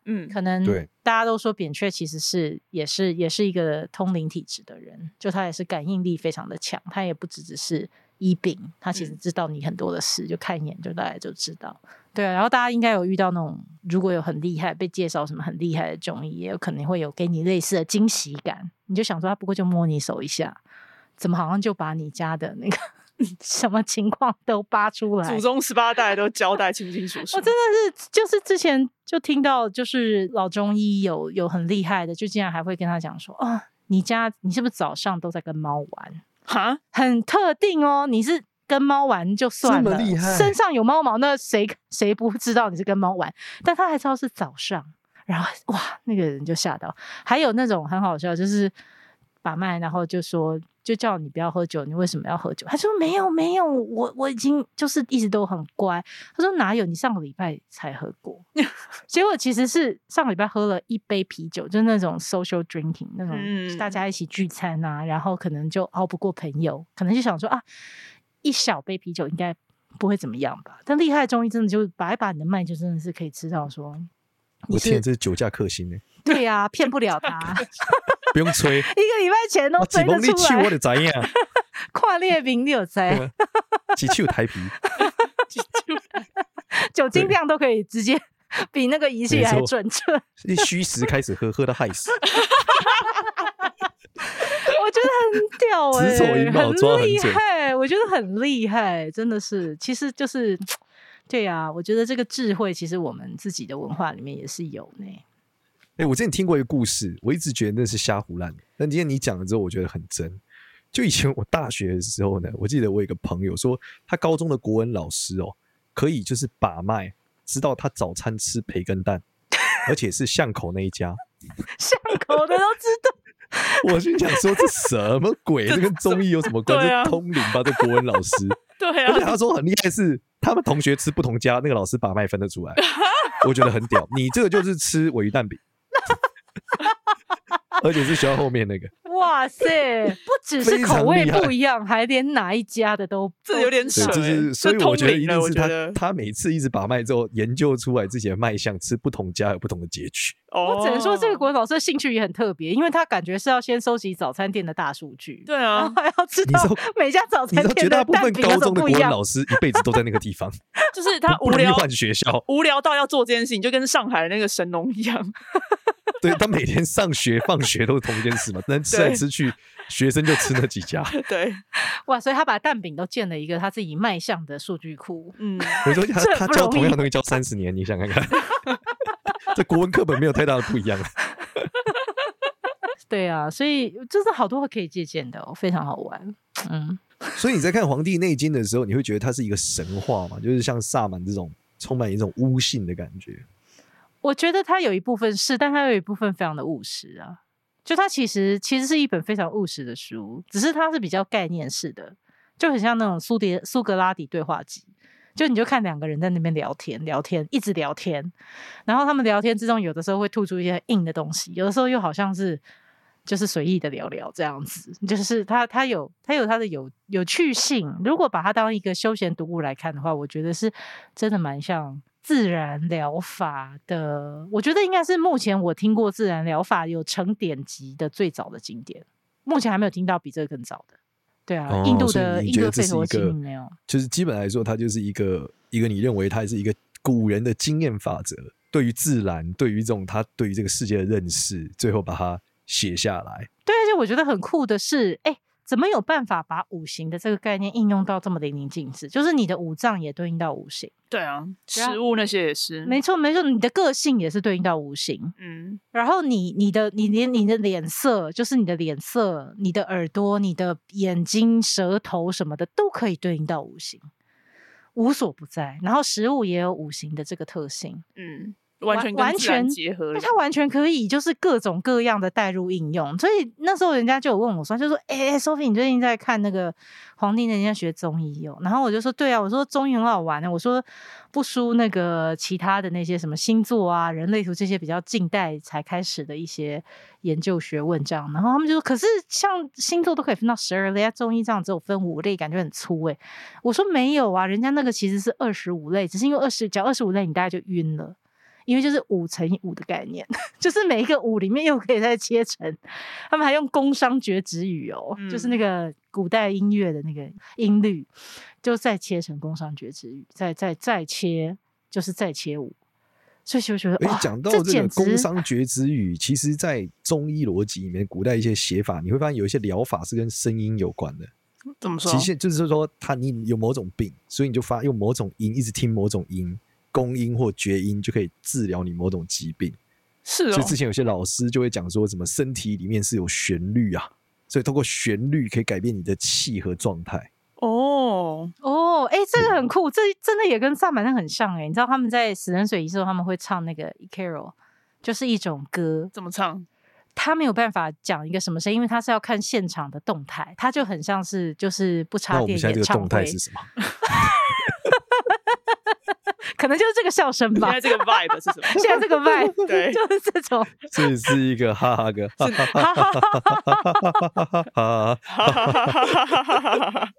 Speaker 5: 嗯
Speaker 1: 可能
Speaker 3: 对
Speaker 1: 大家都说扁鹊其实是也是也是一个通灵体质的人，就他也是感应力非常的强，他也不只只是医病，他其实
Speaker 5: 嗯
Speaker 1: 知道你很多的事，就看一眼就大概就知道。对啊，然后大家应该有遇到那种如果有很厉害被介绍什么很厉害的中医，也有可能会有给你类似的惊喜感，你就想说他不过就摸你手一下，怎么好像就把你家的那个 <laughs> 什么情况都扒出来，
Speaker 5: 祖宗十八代都交代清清楚楚，
Speaker 1: 我哦真的是，就是之前就听到，就是老中医有有很厉害的，就竟然还会跟他讲说，啊，你家你是不是早上都在跟猫玩？
Speaker 5: 哈，
Speaker 1: 很特定哦，你是跟猫玩就算
Speaker 3: 这
Speaker 1: 了，
Speaker 3: 么厉害
Speaker 1: 身上有猫毛，那谁谁不知道你是跟猫玩？但他还知道是早上，然后哇，那个人就吓到。还有那种很好笑，就是把脉，然后就说。就叫你不要喝酒，你为什么要喝酒？他说没有没有，我我已经就是一直都很乖。他说哪有，你上个礼拜才喝过，结果其实是上个礼拜喝了一杯啤酒，就是那种 social drinking 那种
Speaker 5: 嗯
Speaker 1: 大家一起聚餐啊，然后可能就熬不过朋友，可能就想说啊，一小杯啤酒应该不会怎么样吧。但厉害的中医真的就是把一把你的脉，就真的是可以知道说你
Speaker 3: 我天，
Speaker 1: 是
Speaker 3: 这是酒驾克星呢，
Speaker 1: 对啊，骗不了他。
Speaker 3: 不用吹，
Speaker 1: 一个礼拜前 <laughs> 都
Speaker 3: 我哦几
Speaker 1: 追得
Speaker 3: 蒙力
Speaker 1: 出
Speaker 3: 去我
Speaker 1: 来，
Speaker 3: 的嗯怎样？
Speaker 1: <laughs> 跨列饼你有在，
Speaker 3: 几去台皮，
Speaker 1: <laughs> 酒精
Speaker 3: 对
Speaker 1: 量都可以
Speaker 3: <laughs>
Speaker 1: 直接比那个仪器
Speaker 3: 没
Speaker 1: 还
Speaker 3: 错
Speaker 1: 准确。 <laughs>
Speaker 3: 一虚实开始喝，喝到害死，
Speaker 1: 我觉得很屌
Speaker 3: <laughs>
Speaker 1: 哎、
Speaker 3: 直走
Speaker 1: 欸，
Speaker 3: 银帽抓很
Speaker 1: 厉
Speaker 3: 准
Speaker 1: 害，我觉得很厉害，真的是，其实就是，对呀、我觉得这个智慧其实我们自己的文化里面也是有呢。 <laughs>
Speaker 3: 哎、我之前听过一个故事，我一直觉得那是瞎胡乱的，但今天你讲了之后，我觉得很真。就以前我大学的时候呢，我记得我有一个朋友说，他高中的国文老师哦，可以就是把脉，知道他早餐吃培根蛋，而且是巷口那一家。
Speaker 1: 巷口的都知道，
Speaker 3: 我心想说这什么
Speaker 5: <laughs>
Speaker 3: 鬼？这跟中医有什么关？
Speaker 5: 对啊
Speaker 3: 这通灵吧，这国文老师。 <laughs>
Speaker 5: 对
Speaker 3: 而且
Speaker 5: 啊，
Speaker 3: 他说很厉害是，他们同学吃不同家，那个老师把脉分得出来， <laughs> 我觉得很屌。你这个就是吃尾鱼蛋饼， <laughs> 而且是学校后面那个， <laughs>
Speaker 1: 哇塞，不只
Speaker 3: 非
Speaker 1: 是
Speaker 3: 常
Speaker 1: 口味
Speaker 3: 厉害
Speaker 1: 不一样，还连哪一家的都
Speaker 5: 这有点
Speaker 1: 都知
Speaker 3: 对，
Speaker 5: 扯
Speaker 1: 道
Speaker 3: 就
Speaker 5: 欸
Speaker 3: 是
Speaker 5: 这
Speaker 3: 所以
Speaker 5: 通
Speaker 3: 我觉得
Speaker 5: 灵
Speaker 3: 一
Speaker 5: 了
Speaker 3: 定
Speaker 5: 我
Speaker 3: 是
Speaker 5: 觉
Speaker 3: 他
Speaker 5: 得
Speaker 3: 他每次一直把脉之后，研究出来自己的脉象，吃不同家有不同的结局。
Speaker 5: 哦，
Speaker 1: 我只能说这个国文老师的兴趣也很特别，因为他感觉是要先收集早餐店的大数据，
Speaker 5: 对
Speaker 1: 然
Speaker 5: 啊
Speaker 1: 后，还要知
Speaker 3: 你知
Speaker 1: 道
Speaker 3: 道
Speaker 1: 每家早
Speaker 3: 你
Speaker 1: 餐
Speaker 3: 知道
Speaker 1: 店
Speaker 3: 绝大
Speaker 1: 的
Speaker 3: 部
Speaker 1: 蛋
Speaker 3: 分
Speaker 1: 饼
Speaker 3: 高
Speaker 1: 有什
Speaker 3: 中
Speaker 1: 么
Speaker 3: 的
Speaker 1: 不
Speaker 3: 国
Speaker 1: 一
Speaker 3: 文
Speaker 1: 样。
Speaker 3: 老师一辈子都在那个地方，
Speaker 5: 就是 <laughs> 他
Speaker 3: <laughs> 不
Speaker 5: 无
Speaker 3: 不容易
Speaker 5: 聊
Speaker 3: 换
Speaker 5: <laughs>
Speaker 3: 学校。
Speaker 5: 无聊到要做这件事情，就跟上海那个神农一
Speaker 1: <laughs>
Speaker 5: 样。 <laughs>
Speaker 3: 对他每天上学放学都是同一件事嘛，但吃来吃去，学生就吃那几家。
Speaker 5: 对，
Speaker 1: 哇，所以他把蛋饼都建了一个他自己卖相的数据库。
Speaker 5: 嗯，
Speaker 3: 我
Speaker 1: <laughs>
Speaker 3: 说他
Speaker 1: 这
Speaker 3: 他
Speaker 1: 不
Speaker 3: 教
Speaker 1: 容
Speaker 3: 同样
Speaker 1: 易
Speaker 3: 的东西教三十年，你想看看， <laughs> 这国文课本没有太大的不一样。啊
Speaker 1: 对啊，所以就是好多可以借鉴的、哦，非常好玩。嗯，
Speaker 3: 所以你在看《黄帝内经》的时候，你会觉得它是一个神话嘛，就是像萨满这种充满一种巫性的感觉。
Speaker 1: 我觉得它有一部分是，但它有一部分非常的务实啊。就它其实其实是一本非常务实的书，只是它是比较概念式的，就很像那种苏迪苏格拉底对话集。就你就看两个人在那边聊天，聊天，一直聊天，然后他们聊天之中，有的时候会吐出一些很硬的东西，有的时候又好像是就是随意的聊聊这样子，就是它它有它有它的有有趣性。如果把它当一个休闲读物来看的话，我觉得是真的蛮像自然疗法的。我觉得应该是目前我听过自然疗法有成典籍的最早的经典，目前还没有听到比这个更早的。对啊，印度
Speaker 3: 哦所以
Speaker 1: 的
Speaker 3: 你
Speaker 1: 印
Speaker 3: 觉得
Speaker 1: 度的
Speaker 3: 这
Speaker 1: 吠
Speaker 3: 是
Speaker 1: 陀
Speaker 3: 一
Speaker 1: 经
Speaker 3: 个
Speaker 1: 里没有。，
Speaker 3: 就是基本来说，它就是一个一个你认为它是一个古人的经验法则，对于自然，对于这种他对于这个世界的认识，最后把它写下来。
Speaker 1: 对，而且我觉得很酷的是，哎，怎么有办法把五行的这个概念应用到这么淋漓尽致？就是你的五脏也对应到五行，
Speaker 5: 对啊，
Speaker 1: 然后
Speaker 5: 食物那些也是，
Speaker 1: 没错没错，你的个性也是对应到五行，
Speaker 5: 嗯，
Speaker 1: 然后你你的你连你的脸色，就是你的脸色、你的耳朵、你的眼睛、舌头什么的，都可以对应到五行。无所不在，然后食物也有五行的这个特性，
Speaker 5: 嗯，完全
Speaker 1: 完
Speaker 5: 跟自然
Speaker 1: 全
Speaker 5: 结合
Speaker 1: 那
Speaker 5: 了。
Speaker 1: 它完全可以就是各种各样的带入应用。所以那时候人家就有问我说，就说：“哎、欸、，Sophie，你最近在看那个《黄帝内经》在学中医哦？”然后我就说：“对啊，我说中医很好玩的、我说不输那个其他的那些什么星座啊、人类图这些比较近代才开始的一些研究学问这样。”然后他们就说：“可是像星座都可以分到十二类，啊中医这样只有分五类，感觉很粗诶、我说：“没有啊，人家那个其实是二十五类，只是因为二十讲二十五类，你大概就晕了。”因为就是五乘以五的概念， <laughs> 就是每一个五里面又可以再切成，他们还用工商角徵羽哦，就
Speaker 5: 嗯
Speaker 1: 是那个古代音乐的那个音律，就再切成工商角徵羽，再再再切，就是再切五，所以就觉得
Speaker 3: 而且
Speaker 1: 哇，
Speaker 3: 讲到
Speaker 1: 这
Speaker 3: 这个
Speaker 1: 简
Speaker 3: 工
Speaker 1: 直
Speaker 3: 商角徵羽，其实在中医逻辑里面，古代一些写法，你会发现有一些疗法是跟声音有关的。
Speaker 5: 怎么说
Speaker 3: 极？限就是说，他你有某种病，所以你就发用某种音一直听某种音，公音或厥音就可以治疗你某种疾病。
Speaker 5: 是
Speaker 3: 所
Speaker 5: 哦
Speaker 3: 以，之前有些老师就会讲说，什么身体里面是有旋律啊，所以通过旋律可以改变你的气和状态。
Speaker 5: 哦，
Speaker 1: 哦，哎、这个很酷，这真的也跟萨满那很像哎、你知道他们在死人水仪式的时候他们会唱那个 Icaro，就是一种歌，
Speaker 5: 怎么
Speaker 1: <laughs>
Speaker 5: 唱？
Speaker 1: 他没有办法讲一个什么声音，因为他是要看现场的动态，他就很像是就是不
Speaker 3: 那
Speaker 1: 插
Speaker 3: 我们
Speaker 1: 电
Speaker 3: 现在这
Speaker 1: 演
Speaker 3: 个
Speaker 1: 唱
Speaker 3: 动态
Speaker 1: 会，
Speaker 3: 是什么？
Speaker 1: 可能就是这个笑声
Speaker 5: 现
Speaker 1: 吧
Speaker 5: 在。这个 vibe 是什么？
Speaker 1: <laughs> 现
Speaker 5: <laughs>
Speaker 1: 在这个 vibe
Speaker 5: 对
Speaker 3: <laughs>
Speaker 1: 就是这种， <laughs>
Speaker 3: 这是一个哈哈哥，哈哈哈
Speaker 1: 哈哈哈
Speaker 3: 哈哈哈！
Speaker 5: 哈哈哈哈哈哈哈哈！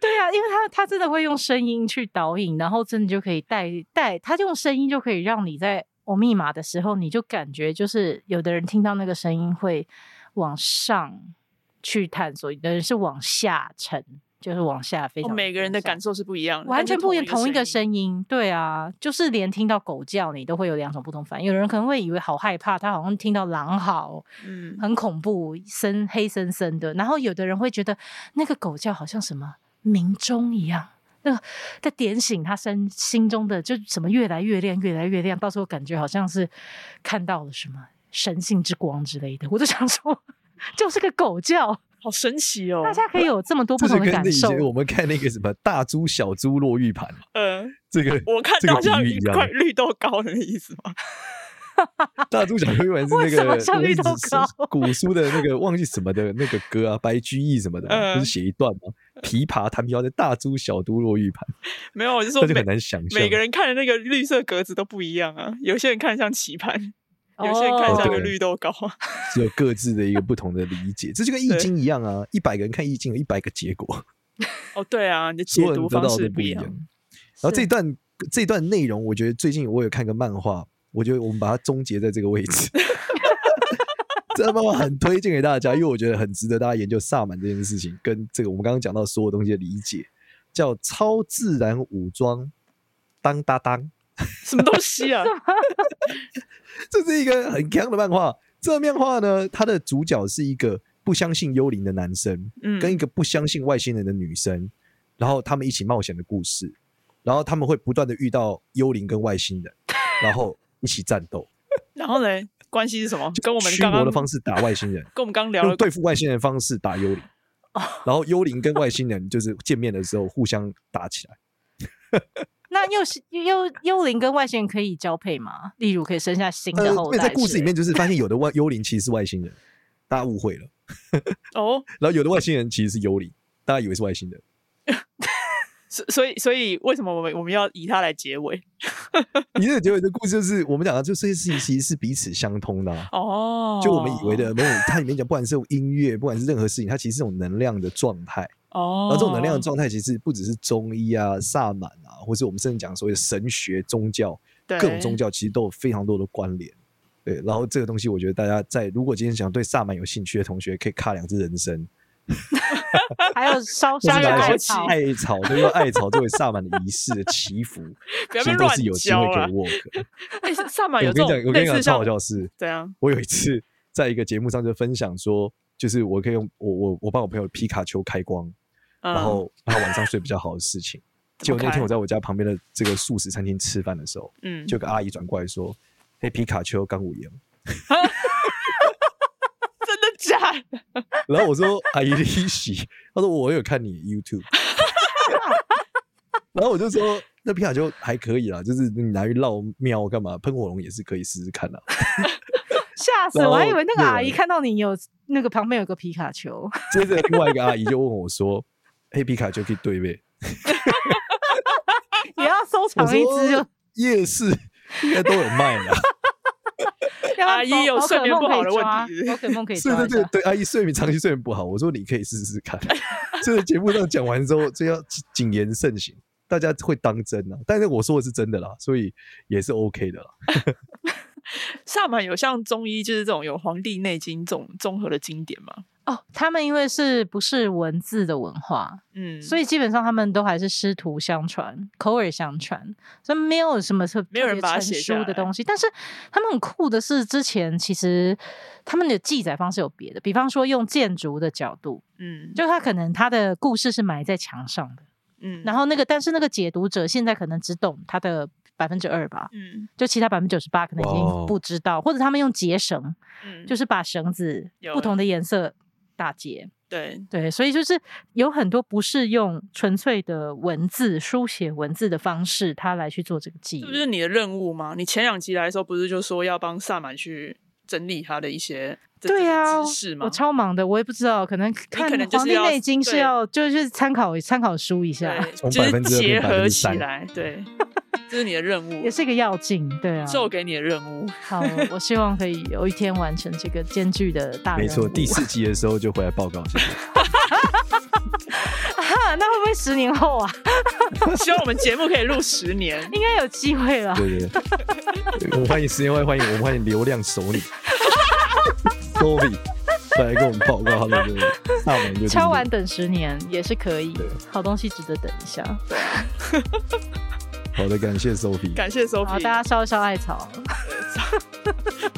Speaker 1: 对啊，因为他他真的会用声音去导引，然后真的就可以带带，他就用声音就可以让你在我密码的时候，你就感觉就是有的人听到那个声音会往上去探索，有的人是往下沉，就是往下非
Speaker 5: 哦
Speaker 1: 常、
Speaker 5: 每个人的
Speaker 1: 感。
Speaker 5: 感受是不一样的，
Speaker 1: 完
Speaker 5: 但是
Speaker 1: 全不一样，同一个
Speaker 5: 音。
Speaker 1: 声音，对啊，就是连听到狗叫你都会有两种不同反应。有人可能会以为好害怕，他好像听到狼嚎，
Speaker 5: 嗯，
Speaker 1: 很恐怖，森黑森森的。然后有的人会觉得那个狗叫好像什么鸣钟一样，那个在点醒他身心中的就什么越来越亮，越来越亮，到时候感觉好像是看到了什么神性之光之类的。我就想说， <laughs> 就是个狗叫，
Speaker 5: 好神奇哦。
Speaker 1: 大家可以有这么多
Speaker 3: 这
Speaker 1: 不
Speaker 3: 是
Speaker 1: 同的
Speaker 3: 跟
Speaker 1: 感
Speaker 3: 那以
Speaker 1: 受
Speaker 3: 前。我们看那个什么大猪小猪落玉盘嘛，
Speaker 5: 嗯， <laughs>
Speaker 3: 这个
Speaker 5: 我看
Speaker 3: 这个
Speaker 5: 到
Speaker 3: 比
Speaker 5: 像
Speaker 3: 喻
Speaker 5: 一
Speaker 3: 一样
Speaker 5: 块绿豆糕的意思吗？
Speaker 3: 大猪小鱼丸是那
Speaker 1: 为什
Speaker 3: 个
Speaker 1: 么效率都高
Speaker 3: 古书的那个忘记什么的那个歌啊，白居易什么的
Speaker 5: 嗯
Speaker 3: 嘛，不是写一段吗？琵琶弹琵琶在大猪小猪落玉盘，
Speaker 5: 没有，我就说
Speaker 3: 这就
Speaker 5: 每
Speaker 3: 很难想象。
Speaker 5: 每个人看的那个绿色格子都不一样啊，有些人看像棋盘，有些人看
Speaker 3: 一下
Speaker 5: 像
Speaker 3: 哦对
Speaker 5: 个
Speaker 3: 对
Speaker 5: 绿豆糕啊。
Speaker 3: 只有各自的一个不同的理解，这就跟易经一样啊，一百个人看易经有一百个结果，
Speaker 5: 哦，对啊，你的解
Speaker 3: 所有人
Speaker 5: 读
Speaker 3: 得
Speaker 5: 方
Speaker 3: 到
Speaker 5: 式
Speaker 3: 的
Speaker 5: 不
Speaker 3: 不一
Speaker 5: 样
Speaker 3: 样。。然后这段这段内容，我觉得最近我有看个漫画，我觉得我们把它终结在这个位置。 <laughs> 这漫画很推荐给大家，因为我觉得很值得大家研究萨满这件事情，跟这个我们刚刚讲到所有东西的理解，叫《超自然武装当当当》。
Speaker 5: 什么东西
Speaker 3: <laughs>
Speaker 5: 啊？
Speaker 3: 这是一个很强的漫画。这漫画呢，它的主角是一个不相信幽灵的男生，
Speaker 5: 嗯
Speaker 3: 跟一个不相信外星人的女生，然后他们一起冒险的故事，然后他们会不断的遇到幽灵跟外星人，然后一起战
Speaker 5: <laughs>
Speaker 3: 斗，
Speaker 5: 然后呢，关系是什么？跟我们
Speaker 3: 驱
Speaker 5: 刚
Speaker 3: 魔
Speaker 5: 刚
Speaker 3: 的方式打外星人，
Speaker 5: 跟我们刚 <laughs> 聊哦
Speaker 3: 用
Speaker 5: 了
Speaker 3: 对付外星人的方式打幽
Speaker 5: <laughs>
Speaker 3: 灵，然后幽灵跟外星人就是见面的时候互相打起来，
Speaker 1: 那又是幽幽灵跟外星人可以交配吗？例如可以生下新的后
Speaker 3: 呃，
Speaker 1: 代之类的？
Speaker 3: 在故事里面就是发现有的外幽灵其实是外星人，大家误会了，
Speaker 5: 哦，
Speaker 3: 然后有的外星人其实是幽灵，大家以为是外星人。
Speaker 5: 所所以所以为什么我们我们要以它来结尾？
Speaker 3: 你这个结尾的故事就是我们讲的，就是这些事情其实是彼此相通的啊、
Speaker 5: 哦，
Speaker 3: 就我们以为的，没有它里面讲，不管是用音乐，不管是任何事情，它其实是一种能量的状态。
Speaker 5: 哦
Speaker 3: 然，后这种能量的状态，其实不只是中医啊、萨满啊，或是我们甚至讲所谓的神学、宗教，
Speaker 5: 对
Speaker 3: 各种宗教其实都有非常多的关联。对，然后这个东西，我觉得大家在如果今天想对萨满有兴趣的同学，可以看两只人参，<laughs>
Speaker 1: 还有烧
Speaker 3: 或
Speaker 1: 杀
Speaker 3: 是
Speaker 1: 人
Speaker 3: 拿
Speaker 5: 来
Speaker 3: 一
Speaker 1: 艾
Speaker 3: 些
Speaker 1: 草，
Speaker 3: 艾草，就用艾草作为萨满的仪式的祈福，
Speaker 5: <laughs> 不要
Speaker 3: 其
Speaker 5: 被
Speaker 3: 实都
Speaker 5: 乱
Speaker 3: 是有机
Speaker 5: 教
Speaker 3: 会
Speaker 5: 啊
Speaker 3: 给。work。
Speaker 5: <laughs> 哎，萨满
Speaker 3: <laughs> 对
Speaker 5: 有
Speaker 3: 我
Speaker 5: 这
Speaker 3: 跟你
Speaker 5: 种
Speaker 3: 讲，我跟
Speaker 5: 类
Speaker 3: 你讲，
Speaker 5: 似
Speaker 3: 超
Speaker 5: 像啊
Speaker 3: 好笑的是，
Speaker 5: 怎样？
Speaker 3: 我有一次在一个节目上就分享说，就是我可以用我我我帮我朋友皮卡丘开光，
Speaker 5: 嗯
Speaker 3: 然后他晚上睡比较好的
Speaker 5: <laughs>
Speaker 3: 事情。
Speaker 5: 怎
Speaker 3: 结
Speaker 5: 么
Speaker 3: 果那
Speaker 5: 开
Speaker 3: 天我在我家旁边的这个素食餐厅吃饭的时候，
Speaker 5: 嗯，
Speaker 3: 就有个阿姨转过来说：“嘿，皮卡丘刚五羊。
Speaker 5: 真的假的？”
Speaker 3: 然后我说：“阿姨利息。”她说：“我有看你 YouTube。”
Speaker 5: <laughs>
Speaker 3: 然后我就说：“那皮卡丘还可以啦，就是你拿去绕喵干嘛？喷火龙也是可以试试看啊啦。
Speaker 1: 吓死
Speaker 3: 然
Speaker 1: 我！我还
Speaker 3: 后
Speaker 1: 以为那个
Speaker 3: 又
Speaker 1: 阿
Speaker 3: 有
Speaker 1: 姨看到你有那个旁边有个皮卡丘，”
Speaker 3: 接着另外一个阿姨就问我说：“嘿，皮卡丘可以对呗？” <laughs>
Speaker 1: 也要收
Speaker 3: 我
Speaker 1: 藏一只就
Speaker 3: 说夜市应该都有卖啦。
Speaker 1: 要
Speaker 5: 阿姨
Speaker 1: 宝
Speaker 5: 有
Speaker 1: 宝
Speaker 5: 睡
Speaker 1: 可
Speaker 5: 眠不
Speaker 1: 梦可
Speaker 5: 好
Speaker 1: 以
Speaker 5: 的问
Speaker 1: 抓
Speaker 5: 题
Speaker 1: 宝可 <laughs> 梦可
Speaker 3: <laughs>
Speaker 1: 以
Speaker 3: 对
Speaker 1: 抓
Speaker 3: 对
Speaker 1: 一
Speaker 3: 对
Speaker 1: 下。
Speaker 3: 对，阿姨睡眠长期睡眠不好，我说你可以试试看。 <laughs> 这个节目上讲完之后，这要谨谨言慎行，大家会当真啊。但是我说的是真的啦，所以也是 OK 的啦。
Speaker 5: 萨满有像中医就是这种有《黄帝内经》这种综合的经典嘛？
Speaker 1: 哦，他们因为是不是文字的文化，
Speaker 5: 嗯，
Speaker 1: 所以基本上他们都还是师徒相传、口耳相传，所以没有什么特
Speaker 5: 没有人
Speaker 1: 特别
Speaker 5: 把它
Speaker 1: 成
Speaker 5: 写下
Speaker 1: 书的
Speaker 5: 来
Speaker 1: 东西。但是他们很酷的是，之前其实他们的记载方式有别的，比方说用建筑的角度，
Speaker 5: 嗯，
Speaker 1: 就他可能他的故事是埋在墙上的，
Speaker 5: 嗯，
Speaker 1: 然后那个但是那个解读者现在可能只懂他的百分之二吧，
Speaker 5: 嗯
Speaker 1: 就其他百分之九十八可能已
Speaker 3: 哇哦
Speaker 1: 经不知道，或者他们用结绳，
Speaker 5: 嗯，
Speaker 1: 就是是把绳子
Speaker 5: 有
Speaker 1: 不同的颜色打结。
Speaker 5: 对，
Speaker 1: 对，所以就是有很多不是用纯粹的文字书写文字的方式，它来去做这个记
Speaker 5: 这
Speaker 1: 忆
Speaker 5: 不。是你的任务吗？你前两集来的时候不是就说要帮萨满去整理他的一些这
Speaker 1: 对
Speaker 5: 这些
Speaker 1: 啊
Speaker 5: 知识吗？
Speaker 1: 我超忙的，我也不知道，可能看
Speaker 5: 可能
Speaker 1: 《
Speaker 5: 就是
Speaker 1: 黄帝
Speaker 5: 要
Speaker 1: 内经》是
Speaker 5: 对
Speaker 1: 要就是参考参考书一下，
Speaker 5: 对，
Speaker 3: 从
Speaker 5: 就是
Speaker 3: 100%变
Speaker 5: 结合起
Speaker 3: 3%
Speaker 5: 来，对，
Speaker 1: <laughs>
Speaker 5: 这是你的任务，
Speaker 1: 也是一个要劲，对啊。
Speaker 5: 授给你的任
Speaker 1: <laughs>
Speaker 5: 务。
Speaker 1: 好，我希望可以有一天完成这个艰巨的大任
Speaker 3: 没
Speaker 1: 务。
Speaker 3: 错，第四集的时候就回来报告一下。
Speaker 1: 啊，那会不会十年后啊？
Speaker 5: 希望我们节目可以录十年。
Speaker 1: 应该有机会了。
Speaker 3: 对对对，我们欢迎时间外，欢迎我们欢迎流量首领 Sophie <laughs> 来跟我们报告他的这个那我们就
Speaker 1: <laughs> 敲完等十年也是可以
Speaker 3: 对，
Speaker 1: 好东西值得等一下。
Speaker 3: 好的，感谢 Sophie。
Speaker 5: 感谢
Speaker 1: 好，大
Speaker 5: Sophie，
Speaker 1: 家烧一烧艾草，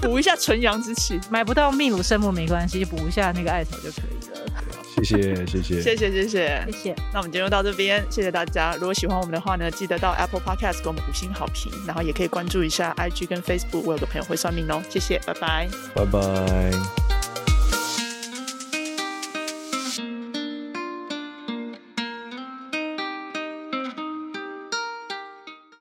Speaker 5: 补一下纯阳之气。
Speaker 1: 买不到秘鲁圣木没关系，就补一下那个艾草就可以了。
Speaker 3: 谢谢谢
Speaker 5: 谢
Speaker 3: 谢
Speaker 5: 谢谢谢
Speaker 1: 谢，谢，
Speaker 5: 那我们今天就到这边，谢谢大家。如果喜欢我们的话呢，记得到 Apple Podcast 给我们五星好评，然后也可以关注一下 IG 跟 Facebook。我有个朋友会算命哦，谢谢，拜拜。
Speaker 3: 拜拜。